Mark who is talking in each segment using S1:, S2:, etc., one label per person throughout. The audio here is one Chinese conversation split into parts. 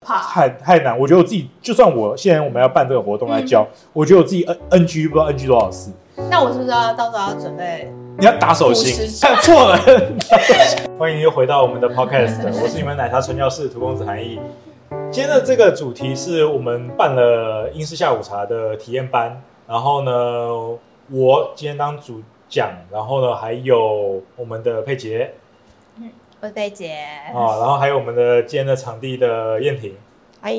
S1: 怕。
S2: 太太难。我觉得我自己，就算我现在我们要办这个活
S1: 嗯
S2: 动来教，我觉得我自己呃 N NG 不知道 NG 多少次。
S1: 那我是不是要到时候要准备？
S2: 你要打手
S1: 五
S2: 心
S1: 十，
S2: 看错了。 欢迎又回到我们的 podcast，我是你们奶茶传教士涂公子韩毅。今天的这个主题是我们办了英式下午茶的体验班，然后呢，我今天当主讲，然后呢，还有我们的佩杰
S1: 我贝姐，
S2: 啊，然后还有我们的今天的场地的燕婷。
S1: 哎，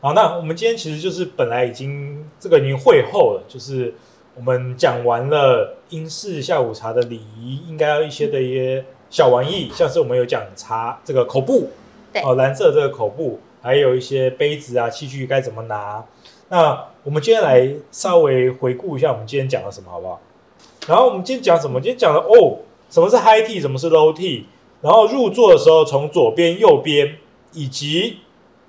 S2: 好，那我们今天其实就是本来已经这个已经会后了，就是我们讲完了英式下午茶的礼仪，应该要一些的一些小玩意，像是我们有讲茶这个口部，
S1: 对
S2: 哦，蓝色这个口部，还有一些杯子啊器具该怎么拿。那我们今天来稍微回顾一下我们今天讲了什么，好不好？然后我们今天讲什么？今天讲了哦，什么是 high tea，什么是 low tea，然后入座的时候从左边、右边，以及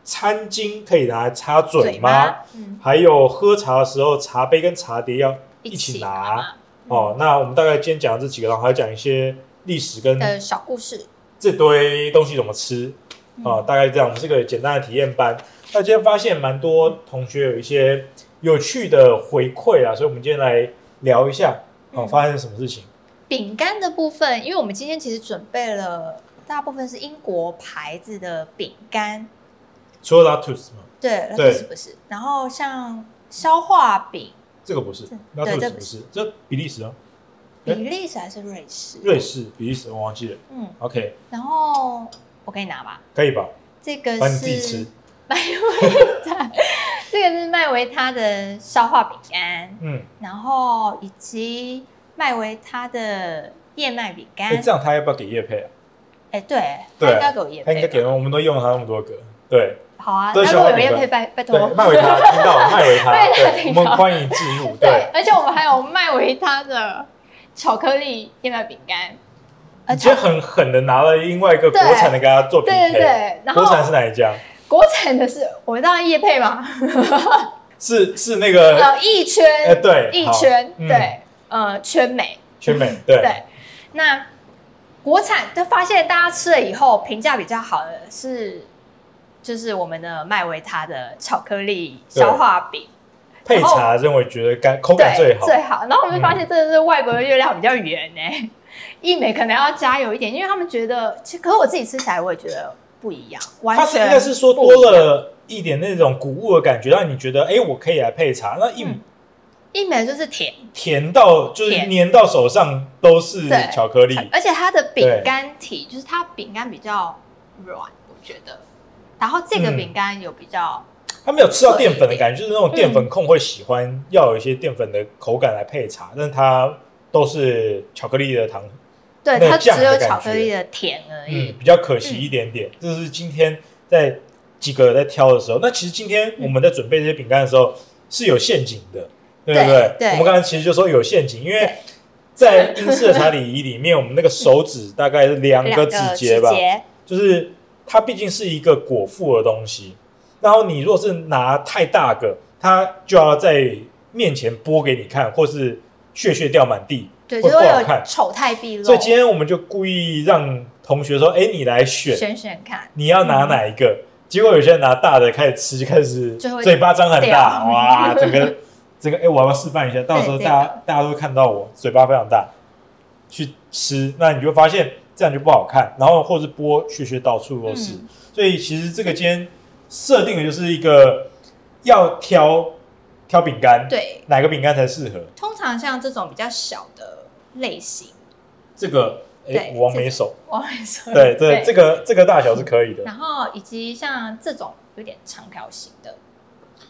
S2: 餐巾可以拿来擦嘴吗？？
S1: 嗯，
S2: 还有喝茶的时候，茶杯跟茶碟要一起拿
S1: 拿
S2: 哦。那我们大概今天讲的这几个，然后还要讲一些历史跟
S1: 的小故事。
S2: 这堆东西怎么吃
S1: 嗯
S2: 啊、哦，大概这样。我们是个简单的体验班。那今天发现蛮多同学有一些有趣的回馈啊，所以我们今天来聊一下哦，
S1: 嗯
S2: 发生了什么事情？
S1: 饼干的部分，因为我们今天其实准备了大部分是英国牌子的饼干，
S2: 除了 Latus 吗？
S1: 对，
S2: 对
S1: 不是不是。然后像消化饼，
S2: 这个不是
S1: 这对这
S2: ，Latus
S1: 不
S2: 不
S1: 是
S2: 是，这比利时啊，
S1: 比利时还是瑞士？
S2: 瑞士、比利时，我忘记了。
S1: 嗯，
S2: OK，
S1: 然后我给你拿吧，
S2: 可以吧？
S1: 这个
S2: 把你自己
S1: 是
S2: 吃。
S1: 麦维他， 这个是麦维他的消化饼干，
S2: 嗯，
S1: 然后以及麦维他的燕麦饼干
S2: 哎，。这样他要不要给叶配啊？
S1: 哎、对，
S2: 对
S1: 他应该给我叶
S2: 他应该给
S1: 配吧。
S2: 我们都用了他那么多个，对
S1: 好啊，
S2: 对
S1: 那如果
S2: 消化饼
S1: 有叶
S2: 干
S1: 配，拜拜
S2: 对
S1: 托。，
S2: 麦维他听到了麦维 他，
S1: 麦维他
S2: 对，我
S1: 听到
S2: 们欢迎置入，
S1: 对
S2: 对，，
S1: 而且我们还有麦维他的巧克力燕麦饼干，而
S2: 你今天
S1: 且
S2: 很狠的拿了另外一个国产的给他做 PK，
S1: 对对对，然后
S2: 国产是哪一家？
S1: 国产的是我当然叶 配嘛，
S2: 是是那个
S1: 呃，一圈，
S2: 呃对
S1: 一
S2: 好
S1: 圈，
S2: 嗯
S1: 对，呃，圈美，
S2: 全美，对
S1: 对，那国产就发现大家吃了以后评价比较好的是，就是我们的麦维他的巧克力消化饼，
S2: 配茶认为觉得感口感最好，
S1: 最好。然后我们就发现真的是外国的月亮比较圆呢、意美可能要加油一点，因为他们觉得，其实可是我自己吃起来我也觉得不一样，完
S2: 它是
S1: 全
S2: 应该是说
S1: 不一
S2: 多
S1: 样
S2: 了一点那种谷物的感觉，让你觉得哎，我可以来配茶，那一
S1: 嗯意美就是甜，
S2: 甜到就是
S1: 甜
S2: 粘到手上都是
S1: 对
S2: 巧克力，
S1: 而且它的饼
S2: 对
S1: 干体就是它饼干比较软，我觉得。然后这个
S2: 嗯
S1: 饼干有比较，
S2: 它没有吃到淀粉的感觉，就是那种淀粉控会喜欢要有一些淀粉的口感来配茶，但是它都是巧克力的糖，
S1: 对，
S2: 那
S1: 它
S2: 酱
S1: 只有
S2: 的感
S1: 巧
S2: 觉
S1: 克力的甜而
S2: 嗯
S1: 已，。
S2: 比较可惜一点点。这是今天在几个在挑的时候，那其实今天我们在准备这些饼干的时候是有陷阱的，对不
S1: 对对
S2: 我们刚才其实就说有陷阱，因为
S1: 对
S2: 在英式的茶礼仪里面，我们那个手指大概是两
S1: 两
S2: 个
S1: 个
S2: 指节吧，就是它毕竟是一个果腹的东西，然后你若是拿太大个，它就要在面前剥给你看，或是屑屑掉满地，
S1: 对，
S2: 会
S1: 就
S2: 不
S1: 会
S2: 好
S1: 有
S2: 看。
S1: 丑态毕露。
S2: 所以今天我们就故意让同学说：“哎，你来选，
S1: 选选看，
S2: 你要拿哪一个？”结果有些人拿大的开始吃，就开始
S1: 就会
S2: 嘴巴张很大，
S1: 掉
S2: 哇，整个整个哎，我要不要示范一下？到时候大
S1: 这
S2: 家大家都会看到我嘴巴非常大去吃，那你就会发现这样就不好看，然后或是剥屑屑到处都是。
S1: 嗯
S2: 所以其实这个今天设定的就是一个要挑挑饼干，，
S1: 对，
S2: 哪个饼干才适合？
S1: 通常像这种比较小的类型，
S2: 这个哎
S1: 对，
S2: 王梅手，
S1: 我会说
S2: 对对，这个这个大小是可以的，
S1: 然后以及像这种有点长条形的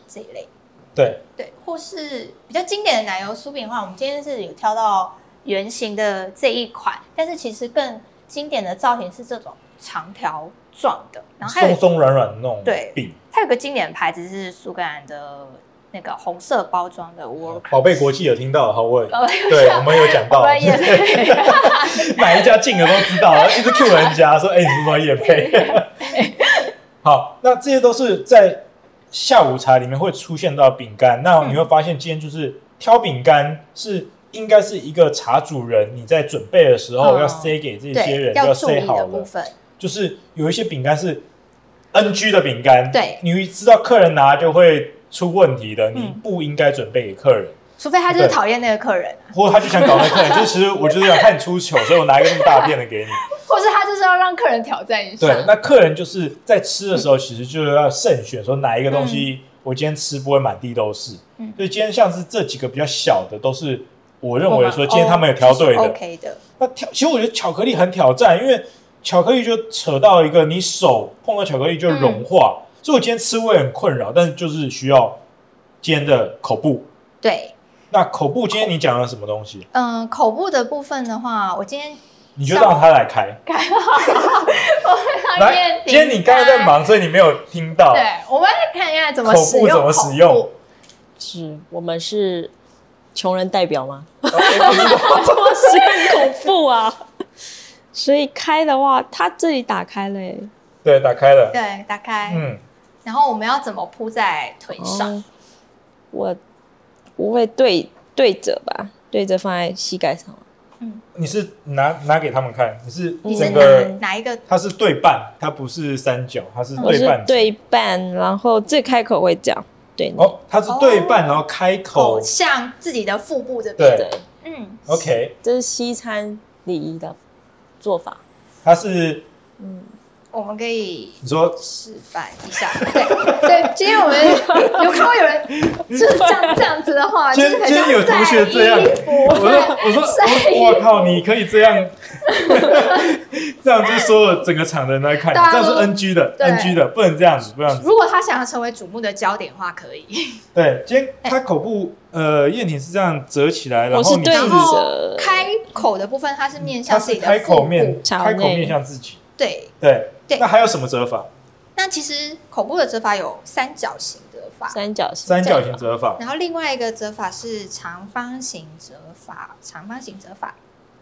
S1: 这一类，
S2: 对，
S1: 对，或是比较经典的奶油酥饼的话，我们今天是有挑到圆形的这一款，但是其实更经典的造型是这种长条状的，然后还
S2: 松
S1: 有
S2: 松软软的那种
S1: 对
S2: 饼，
S1: 它有个经典的牌子是苏格兰的那个红色包装的 Work，
S2: 宝贝国际有听到，好问，
S1: 呃，
S2: 对我们有讲
S1: 我
S2: 到，
S1: 们也
S2: 哪一家进的都知道， 然后一直 Q 人家说：“哎、你是不是叶配？”好，那这些都是在下午茶里面会出现到饼
S1: 嗯
S2: 干。那你会发现，今天就是挑饼干是应该是一个茶主人你在准备的时候
S1: 嗯
S2: 要塞给这些
S1: 对
S2: 人，
S1: 要注
S2: 塞
S1: 意
S2: 好
S1: 的部
S2: 了。
S1: 分，
S2: 就是有一些饼干是 NG 的饼干，
S1: 对
S2: 你知道客人拿就会出问题的，你
S1: 嗯
S2: 不应该准备给客人。
S1: 除非他就是
S2: 对
S1: 讨厌那个客人，
S2: 或者他就想搞那客人，就是 其实我就是想看你出糗，所以我拿一个那么大片的给你。
S1: 或是他就是要让客人挑战一下。
S2: 对，那客人就是在吃的时候，其实就是要慎选，说哪一个东西我今天吃不会满地都是。
S1: 嗯
S2: 所以今天像是这几个比较小的，都是我认为说
S1: 哦
S2: 今天他们有调对
S1: 就是
S2: 的。
S1: ，OK 的，
S2: 那挑，其实我觉得巧克力很挑战，因为巧克力就扯到一个你手碰到巧克力就融
S1: 嗯
S2: 化，所以我今天吃会很困扰，但是就是需要今天的口部。
S1: 对。
S2: 那口部今天你讲了什么东西？
S1: 嗯，口部的部分的话，我今天
S2: 你就让他来开。
S1: 我
S2: 来，今天你刚才在，忙，所以你没有听到。
S1: 对，我们来看一下怎么
S2: 口
S1: 使
S2: 部
S1: 用
S2: 怎么
S1: 哦口
S2: 使用
S1: 部
S3: 是我们是穷人代表 吗？
S2: 哦哎 不知道
S3: 我是很恐怖啊！ 所以开的话，它这里打开嘞，
S2: 对，打开了。
S1: 对，打开，
S2: 嗯，
S1: 然后我们要怎么铺在腿上？
S3: 哦我不会对对折吧？对折放在膝盖上，
S2: 你是拿拿给他们看，你是
S1: 你是
S2: 整
S1: 哪
S2: 个
S1: 哪一个？
S2: 它是对半，它不是三角，它是
S3: 我
S2: 对
S3: 是
S2: 半。
S3: 对半，然后这开口会这样，对，
S2: 哦，它是对半，然后开口
S3: 哦
S1: 口。向自己的腹部这边，
S2: 对
S3: 对，
S1: 嗯，
S2: OK，
S3: 这是西餐礼仪的做法。
S2: 它是
S3: 嗯，
S1: 我们可以
S2: 你说
S1: 示范一下。对对，今天我们有看过有人就是这样这样子的话，就
S2: 今
S1: 是
S2: 天
S1: 很
S2: 今
S1: 像
S2: 天有同学这样，
S1: 晒衣服
S2: 我说我 说
S1: 晒衣服
S2: 我我靠，你可以这样， 这样就是所有整个场的人都在看，
S1: 大家
S2: 这样是
S1: 都
S2: NG 的
S1: 啊对
S2: ，NG 的不能这样子，不能这样子。
S1: 如果他想要成为瞩目的焦点的话，可以。
S2: 对，今天它口部呃，燕婷是这样折起来，然
S3: 我
S2: 后
S3: 是
S2: 你
S3: 对
S1: 然后
S3: 折
S1: 开口的部分，它是面
S2: 它
S1: 向自
S2: 是
S1: 己的
S2: 开
S1: 腹
S2: 口
S1: 部
S2: 面，
S3: 朝
S2: 开口
S3: 内
S2: 面向自己。
S1: 对，
S2: 对，
S1: 对
S2: 那还有什么折法？
S1: 那其实口部的折法有三角形折法，
S3: 三角形，
S2: 啊三角形折法。
S1: 然后另外一个折法是长方形折法。长方形折法，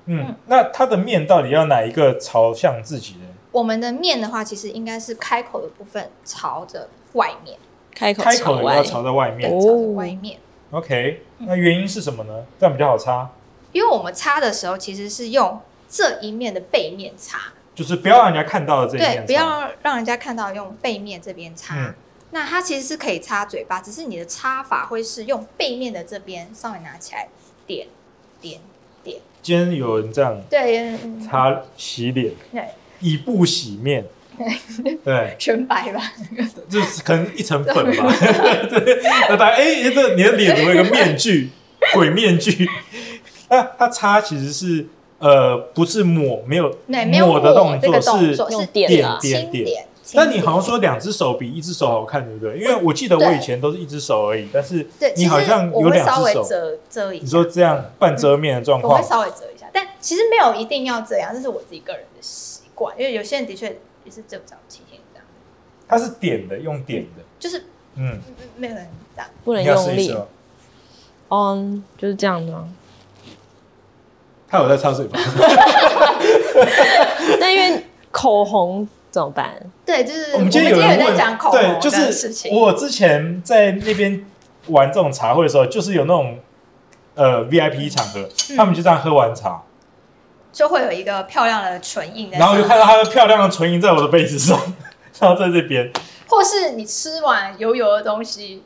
S2: 嗯
S1: 嗯，
S2: 那它的面到底要哪一个朝向自己呢？
S1: 我们的面的话，其实应该是开口的部分朝着外面，
S3: 开口
S2: 开
S3: 朝
S2: 口也
S3: 外
S2: 要，朝在外
S1: 对，
S2: 面。
S3: 哦
S1: 朝着外面。
S2: OK，那
S1: 嗯
S2: 原因是什么呢？这样比较好擦，
S1: 因为我们擦的时候，其实是用这一面的背面擦，
S2: 就是不要让人家看到的这一面
S1: 对
S2: 朝。，
S1: 不要让让人家看到用背面这边擦。
S2: 嗯
S1: 那它其实是可以擦嘴巴，只是你的擦法会是用背面的这边稍微拿起来点点点，
S2: 今天有人这样
S1: 对，嗯
S2: 擦洗脸，
S1: 对，
S2: 以布洗面。对，
S1: 全白吧，
S2: 嗯就是可能一层粉吧。 对，那大家哎，诶这你的脸怎么有个面具？鬼面具？那它擦其实是呃，不是抹，没有
S1: 对，没有
S2: 抹的动
S1: 这
S2: 作
S1: 个动
S2: 是
S1: 作
S3: 用
S1: 是
S3: 点
S2: 点
S3: 的啊
S2: 点
S1: 轻
S2: 点。
S1: 点。轻
S2: 但你好像
S1: 点
S2: 说两只手比一只手好看，对不对？因为我记得我以前都是一只手而已，但是
S1: 对，
S2: 你好像
S1: 其实我
S2: 有
S1: 会
S2: 两
S1: 稍微
S2: 只手。
S1: 遮嗯遮一
S2: 你
S1: 下，
S2: 说这样半遮面的状
S1: 我
S2: 况
S1: 会，稍微遮一下，但其实没有一定要这样，这是我自己个人的习惯，因为有些人的确也是只有这样轻轻这样，
S2: 它是点的，用点的，
S1: 就是
S2: 嗯，
S1: 嗯嗯没有人这样。
S3: 不能
S2: 你要
S3: 用
S2: 试一
S3: 力
S2: 试。哦。
S3: 嗯，就是这样的 啊。
S2: 他有在擦嘴巴，
S3: 那因为口红怎么办？
S1: 对，就是
S2: 我们今天有人
S1: 在
S2: 问，
S1: 讲口红
S2: 对，就
S1: 的事
S2: 是
S1: 情，
S2: 我之前在那边玩这种茶会的时候，就是有那种呃 VIP 场合，
S1: 嗯
S2: 他们就这样喝完茶，
S1: 就会有一个漂亮的唇印在
S2: 然后
S1: 上
S2: 我就
S1: 面，
S2: 看到他的漂亮的唇印在我的杯子上，然后在这边
S1: 或是你吃完油油的东西，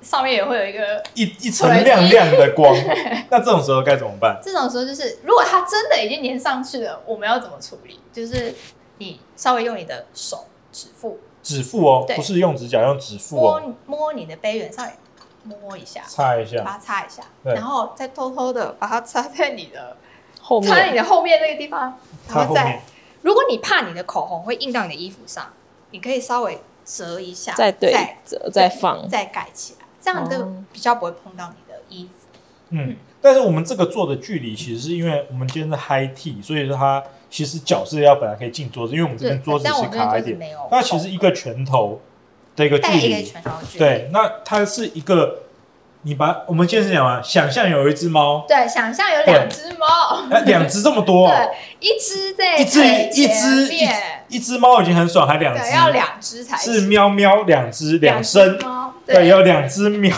S1: 上面也会有一个。
S2: 一一层亮亮的光， 那这种时候该怎么办？
S1: 这种时候就是，如果它真的已经粘上去了，我们要怎么处理？就是你稍微用你的手指腹
S2: 指腹哦，
S1: 对
S2: 不是用指甲，用指腹
S1: 摸
S2: 哦，
S1: 摸你的杯缘上面摸一下，
S2: 擦一
S1: 把
S2: 下。
S1: 它擦一下，
S2: 对
S1: 然后再偷偷的把它擦在你的
S3: 后
S1: 擦在你
S3: 面
S1: 的后面那个地方，
S2: 擦
S1: 然
S2: 后
S1: 后再
S2: 面，
S1: 如果你怕你的口红会印到你的衣服上，你可以稍微折一下，
S3: 再对
S1: 再
S3: 折，再放。
S1: 再盖起来，这样就
S3: 哦
S1: 比较不会碰到你的衣服。
S2: 嗯，但是我们这个做的距离，其实是因为我们今天是 high tea，所以说它其实脚是要本来可以进桌子，因为我们这边桌子
S1: 但
S2: 是
S1: 我们这边
S2: 卡一
S1: 就是
S2: 点，
S1: 没有，
S2: 那其实一个拳头的一个距
S1: 带一个
S2: 离，
S1: 拳头距离，
S2: 对，那它是一个，你把我们先是讲啊，想象有一只猫，
S1: 对，想象有两只猫，
S2: 那两只这么多哦，
S1: 对，一只在
S2: 一只
S1: 腿
S2: 一
S1: 前
S2: 只一
S1: 面
S2: 一只猫已经很爽，还两
S1: 对，要
S2: 只，
S1: 两只才
S2: 是
S1: 行
S2: 喵喵两只两
S1: 只
S2: 声，
S1: 猫，
S2: 对，有两只喵，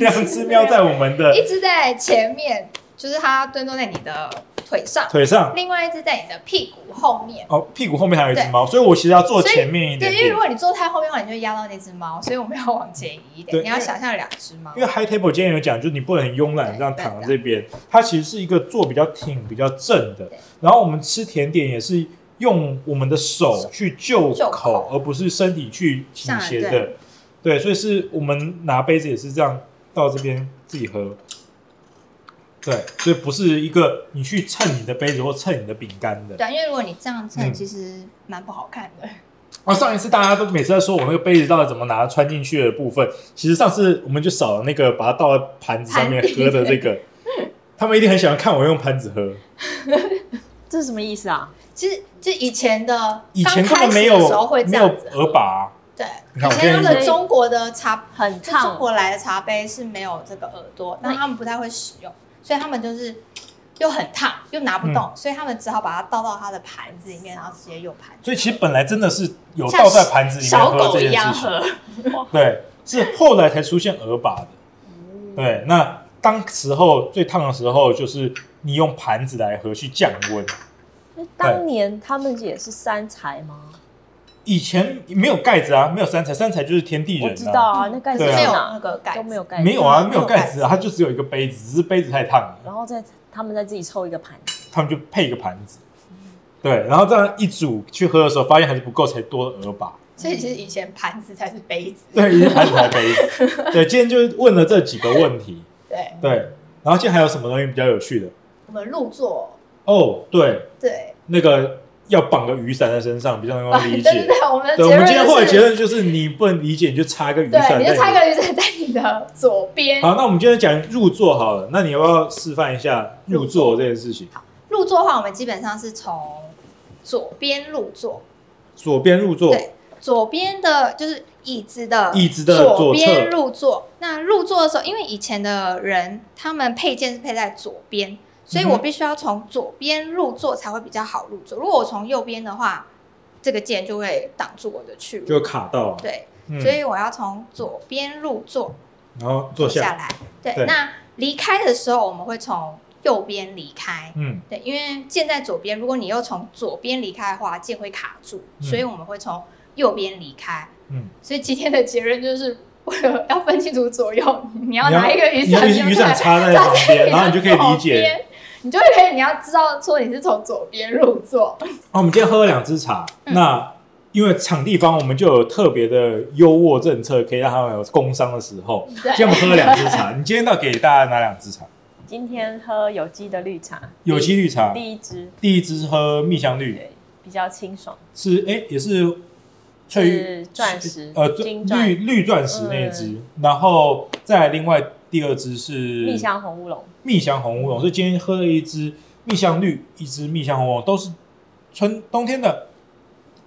S2: 两只喵在我们的
S1: 一直在前面，就是它蹲坐在你的腿上，
S2: 腿上
S1: 另外一只在你的屁股后面。
S2: 哦，屁股后面还有一只猫，所以我其实要坐
S1: 所以
S2: 前面一点
S1: 对，因为
S2: 点
S1: 如。果你坐太后面的话，你就压到那只猫，所以我们要往前移一
S2: 对
S1: 点。你要想象两只猫
S2: 因，为 high table 今天有讲，就是你不能很慵懒
S1: 对
S2: 这样躺在这边，它其实是一个坐比较挺、比较正的
S1: 对。
S2: 然后我们吃甜点也是用我们的手
S1: 手
S2: 去就
S1: 就
S2: 口
S1: 口，
S2: 而不是身体去倾斜
S1: 上来
S2: 的。对，所以是我们拿杯子也是这样到这边自己喝。对，所以不是一个你去蹭你的杯子或蹭你的饼干的。
S1: 对啊，因为如果你这样蹭，
S2: 嗯
S1: 其实蛮不好看的。
S2: 啊，上一次大家都每次在说我那个杯子到底怎么拿穿进去的部分，其实上次我们就少了那个把它倒在盘子上面
S1: 盘底
S2: 喝的这 个，他们一定很喜欢看我用盘子喝。
S3: 这是什么意思啊？
S1: 其实就以前的，
S2: 以前
S1: 刚
S2: 根
S1: 开
S2: 本
S1: 始
S2: 没
S1: 的
S2: 有
S1: 时候会这
S2: 没有
S1: 样子喝，
S2: 鹅把、啊
S1: 对，
S2: 你看
S1: 以
S2: 我
S1: 前他
S2: 现在
S3: 就
S1: 们
S3: 是
S1: 中国的茶
S3: 很
S1: 就
S3: 烫
S1: 中国来的茶杯是没有这个耳朵，那他们不太会使用，所以他们就是又很烫又拿不
S2: 嗯
S1: 动，所以他们只好把它倒到他的盘子里面，然后直接用盘子
S2: 所以其实本来真的是有倒在盘子里面
S1: 小
S2: 喝
S1: 狗
S2: 这
S1: 一
S2: 件
S1: 样
S2: 事情，
S1: 喝。
S2: 对，是后来才出现鹅把的。
S1: 嗯
S2: 对，那当时候最烫的时候，就是你用盘子来喝去降温。
S3: 那当年他们也是三才吗？
S2: 以前没有盖子啊，没有三彩，三彩就是天地人、啊。
S3: 我知道啊，那盖子
S2: 对啊
S1: 没
S3: 在
S1: 有
S3: 哪
S1: 那个盖
S3: 都没
S1: 子，
S3: 有盖子，
S2: 没有啊，没
S1: 没
S2: 有
S1: 有
S2: 盖
S1: 盖
S2: 子
S1: 子
S2: 啊，它就只有一个杯子，只是杯子太烫了，
S3: 然后再他们再自己凑一个盘子，
S2: 他们就配一个盘子。对，然后这样一煮去喝的时候，发现还是不够，才多了鹅把。
S1: 所以其实以前盘子才是杯子。
S2: 对，一定盘子还杯子。对，今天就问了这几个问题。
S1: 对，
S2: 对，然后今天还有什么东西比较有趣的？
S1: 我们入座，
S2: 哦，对，
S1: 对，
S2: 那个要绑个雨伞在身上，比较能够理
S1: 啊对对
S2: 解。
S1: 对，我们的
S2: 对，
S1: 结
S2: 我
S1: 论
S2: 们今天后来
S1: 就
S2: 结
S1: 是，
S2: 论就是，你不能理解，你就插一个雨伞。
S1: 对，你就插一。个雨伞在你的左边，
S2: 好，那我们今天讲入座好了，那你要不要示范一下入座这件事情？
S1: 入座的话，我们基本上是从左边入座，
S2: 左边入座，
S1: 对，左边的就是椅子的
S2: 椅子的左侧
S1: 左边入座。那入座的时候，因为以前的人他们配件是配在左边，所以
S2: 嗯哼
S1: 我必须要从左边入座才会比较好入座。如果我从右边的话，这个键就会挡住我的去路。
S2: 就卡到了。
S1: 对，
S2: 嗯
S1: 所以我要从左边入座
S2: 然后坐
S1: 下
S2: 下，
S1: 来。
S2: 对
S1: 对，那离开的时候我们会从右边离开。
S2: 嗯，
S1: 对，因为箭在左边，如果你又从左边离开的话，箭会卡住，
S2: 嗯
S1: 所以我们会从右边离开。
S2: 嗯，
S1: 所以今天的结论就是，为了要分清楚左右，你要
S2: 你要
S1: 拿一个雨
S2: 你要
S1: 伞，
S2: 一雨伞插在
S1: 在
S2: 旁边，
S1: 你的
S2: 然后你就可以理
S1: 左
S2: 解。
S1: 边，你就可以你要知道说你是从左边入座，
S2: 哦，我们今天喝了两支茶，
S1: 嗯
S2: 那因为场地方我们就有特别的优渥政策，可以让他们有工商的时候。今天
S1: 对
S2: 我们喝了两支茶，你今天到底给大家哪两支茶？
S3: 今天喝有机的绿茶，
S2: 有机绿茶，
S3: 第一支，
S2: 第一支是喝蜜香绿，
S3: 对，比较清爽，
S2: 是哎、也是翠
S3: 是钻石
S2: 呃
S3: 金钻
S2: 绿绿钻石那一支，然后再来另外第二支是
S3: 蜜香红乌龙，
S2: 蜜香红乌龙，所以今天喝了一支蜜香绿，一支蜜香红乌龙，都是春冬天的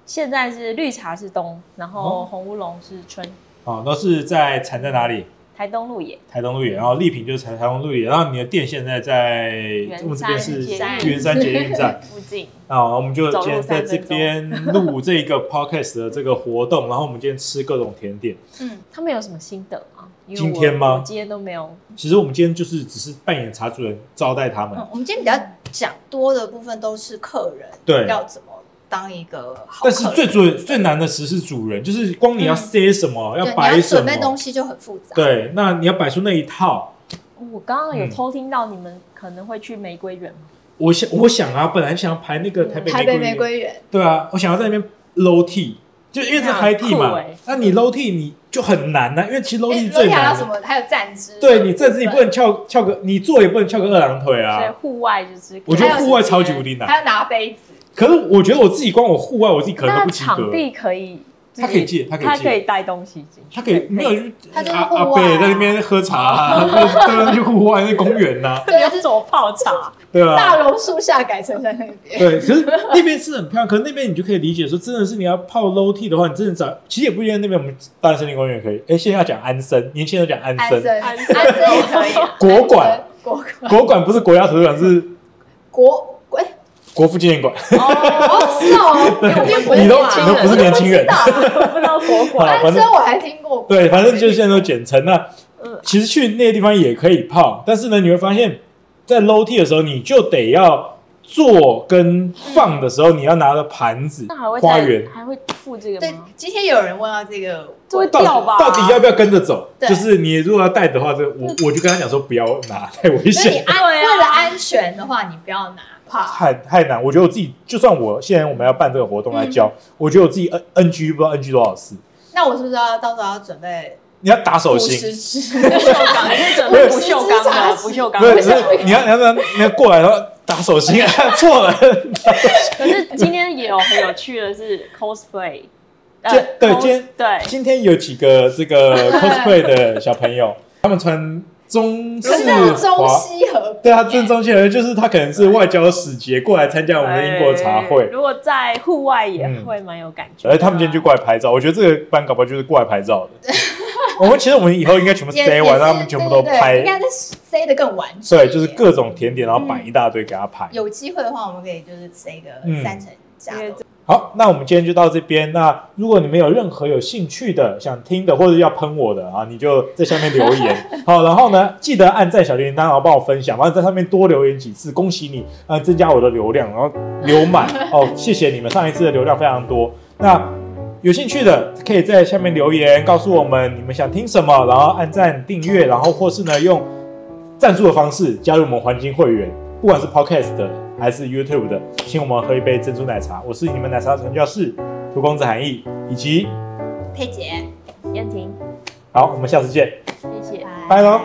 S3: 现在是绿茶是冬，然
S2: 哦
S3: 后红乌龙是春，
S2: 啊，都是在产在哪里？
S3: 台东路野，
S2: 台东路野，然后丽品就是台台东路野，然后你的店现在在
S3: 山
S2: 我们这边是
S3: 捷
S1: 运
S2: 圆山捷运 站
S3: 附近，
S2: 啊，我们就
S3: 走路
S2: 今天在
S3: 三
S2: 这
S3: 分钟
S2: 边录这个 podcast 的这个活动，然后我们今天吃各种甜点。
S1: 嗯，
S3: 他们有什么心得吗？因为
S2: 今
S3: 我
S2: 天吗
S3: 我今天都没有，
S2: 其实我们今天就是只是扮演茶主人招待他们，
S1: 嗯，我们今天比较讲多的部分都是客人
S2: 对
S1: 要怎么当一个好客
S2: 但是
S1: 人，
S2: 最主最难的词是主人，就是光你要
S1: 嗯
S2: 塞什么，
S1: 对
S2: 摆
S1: 你要
S2: 什
S1: 准备
S2: 么
S1: 东，西就很复杂，
S2: 对，那你要摆出那一套，
S3: 我刚刚有
S2: 嗯
S3: 偷听到你们可能会去玫瑰园吗？
S2: 我想，我想啊，本来想要排那个台北
S1: 嗯台北
S2: 园
S1: 玫瑰园，
S2: 对啊，我想要在那边 low T，就因为是
S3: 那
S2: high T 嘛
S3: 酷欸，
S2: 那你 low T 你就很难啊呐、因为其实 low
S1: 哎
S2: T
S1: 如果
S2: 最
S1: 你还
S2: 难
S1: 有
S2: 的。
S1: 什么？还有站姿，
S2: 对你站姿你不能翘翘个，你坐也不能翘个二郎腿
S3: 所以
S2: 啊。
S3: 户外就是，
S2: 我觉得
S1: 还有
S2: 户外超级
S3: 时
S2: 无
S3: 间
S2: 敌难。
S1: 还要拿 杯子，
S2: 可是我觉得我自己光我户外我自己可能都
S3: 那
S2: 不及格。
S3: 场地可以，
S2: 他可以借他
S3: 他
S2: 可以借
S3: 可以带东西进 去，
S2: 他可以没有去
S1: 他就是
S2: 阿
S1: 户外
S2: 阿
S1: 啊
S2: 贝在那边喝茶、啊， 对啊，去户外那公园呐、
S1: 对
S3: 要
S1: 就是
S3: 走泡茶，
S2: 对啊。
S1: 大榕树下改成在那 边，
S2: 对，可是那边是很漂亮，可是那边你就可以理解说，真的是你要泡 low T 的话，你真的找，其实也不一定那边我们大安森林公园也可以。哎，现在要讲安生，年轻人讲安
S1: 安
S2: 生，
S1: 生安
S3: 安
S1: 生
S3: 生
S1: 也可以，
S2: 国馆
S1: 国馆
S2: 国馆不是国家图书馆，是
S1: 国哎
S2: 国父纪念馆。
S1: 哦 是哦，我并不是
S2: 你都
S1: 年轻
S2: 你都不是年轻人
S1: 我不知道
S3: 不知道国馆，
S2: 啊
S1: 安
S2: 反正
S1: 生我还听过，
S2: 对，反正就是现在都简称。那
S3: 嗯，
S2: 其实去那些地方也可以泡，但是呢，你会发现在 low T 的时候，你就得要做跟放的时候，你要拿着盘子
S4: 那还会，带
S2: 花园
S4: 还会附这个
S1: 对
S4: 吗？，
S1: 今天有人问到这个，
S4: 这会
S2: 到
S4: 掉吧？
S2: 到底要不要跟着走？
S1: 对
S2: 就是你如果要带的话，这我我就跟他讲说不要拿，太危
S1: 所以你
S2: 险，
S1: 安、
S4: 对啊
S1: 为了安全的话，你不要拿怕。
S2: 太太难。我觉得我自己，就算我现在我们要办这个活动来教，
S1: 嗯
S2: 我觉得我自己 N NG 不知道 NG 多少次，
S1: 那我是不是要到时候要准备
S2: 你要打手
S1: 五
S2: 心，
S1: 十 支？
S4: 不锈钢，你是准备不锈钢的，不锈钢啊
S2: 不
S4: 的。
S2: 是不是，你要你要你要你要过来然后打手 心，错了，
S4: 可是今天也有很有趣的是 cosplay，呃
S2: 今对
S4: cos-
S2: 今天
S4: 对
S2: 今天有几个这个 cosplay 的小朋 友，他们穿中
S1: 可是
S2: 式
S1: 这种中
S2: 华，
S1: 西合璧
S2: 对啊，正中间人就是他可能是外交使节过来参加我们的英国茶
S4: 对
S2: 会，
S4: 如果在户外也会蛮有感觉的。
S2: 而他们
S1: 啊
S2: 今天就过来拍照，我觉得这个班搞不好就是过来拍照的。 我们其实我们以后应该全部
S1: 也
S2: 塞
S1: 也
S2: 完，
S1: 是
S2: 让他们全部都
S1: 对对对
S2: 拍
S1: 应，该是塞的更完整一
S2: 对，
S1: 点。
S2: 就是各种甜点，然后摆一大堆给他拍。
S1: 有机会的话，我们可以就是塞个
S2: 嗯
S1: 三层加
S4: 因为
S1: 楼。
S4: 这
S2: 好，那我们今天就到这边。那如果你们有任何有兴趣的、想听的，或者要喷我的啊，你就在下面留言。好，然后呢，记得按赞小铃铛，然后帮我分享，然后在上面多留言几次，恭喜你，呃，增加我的流量，然后流满哦，谢谢你们，上一次的流量非常多。那有兴趣的可以在下面留言告诉我们你们想听什么，然后按赞、订阅，然后或是呢用赞助的方式加入我们环境会员，不管是 Podcast 的还是 YouTube 的，请我们喝一杯珍珠奶茶。我是你们奶茶传教士涂公子韩毅，以及
S1: 佩姐，
S4: 燕婷，
S2: 好，我们下次见。
S4: 谢谢。
S2: 拜喽。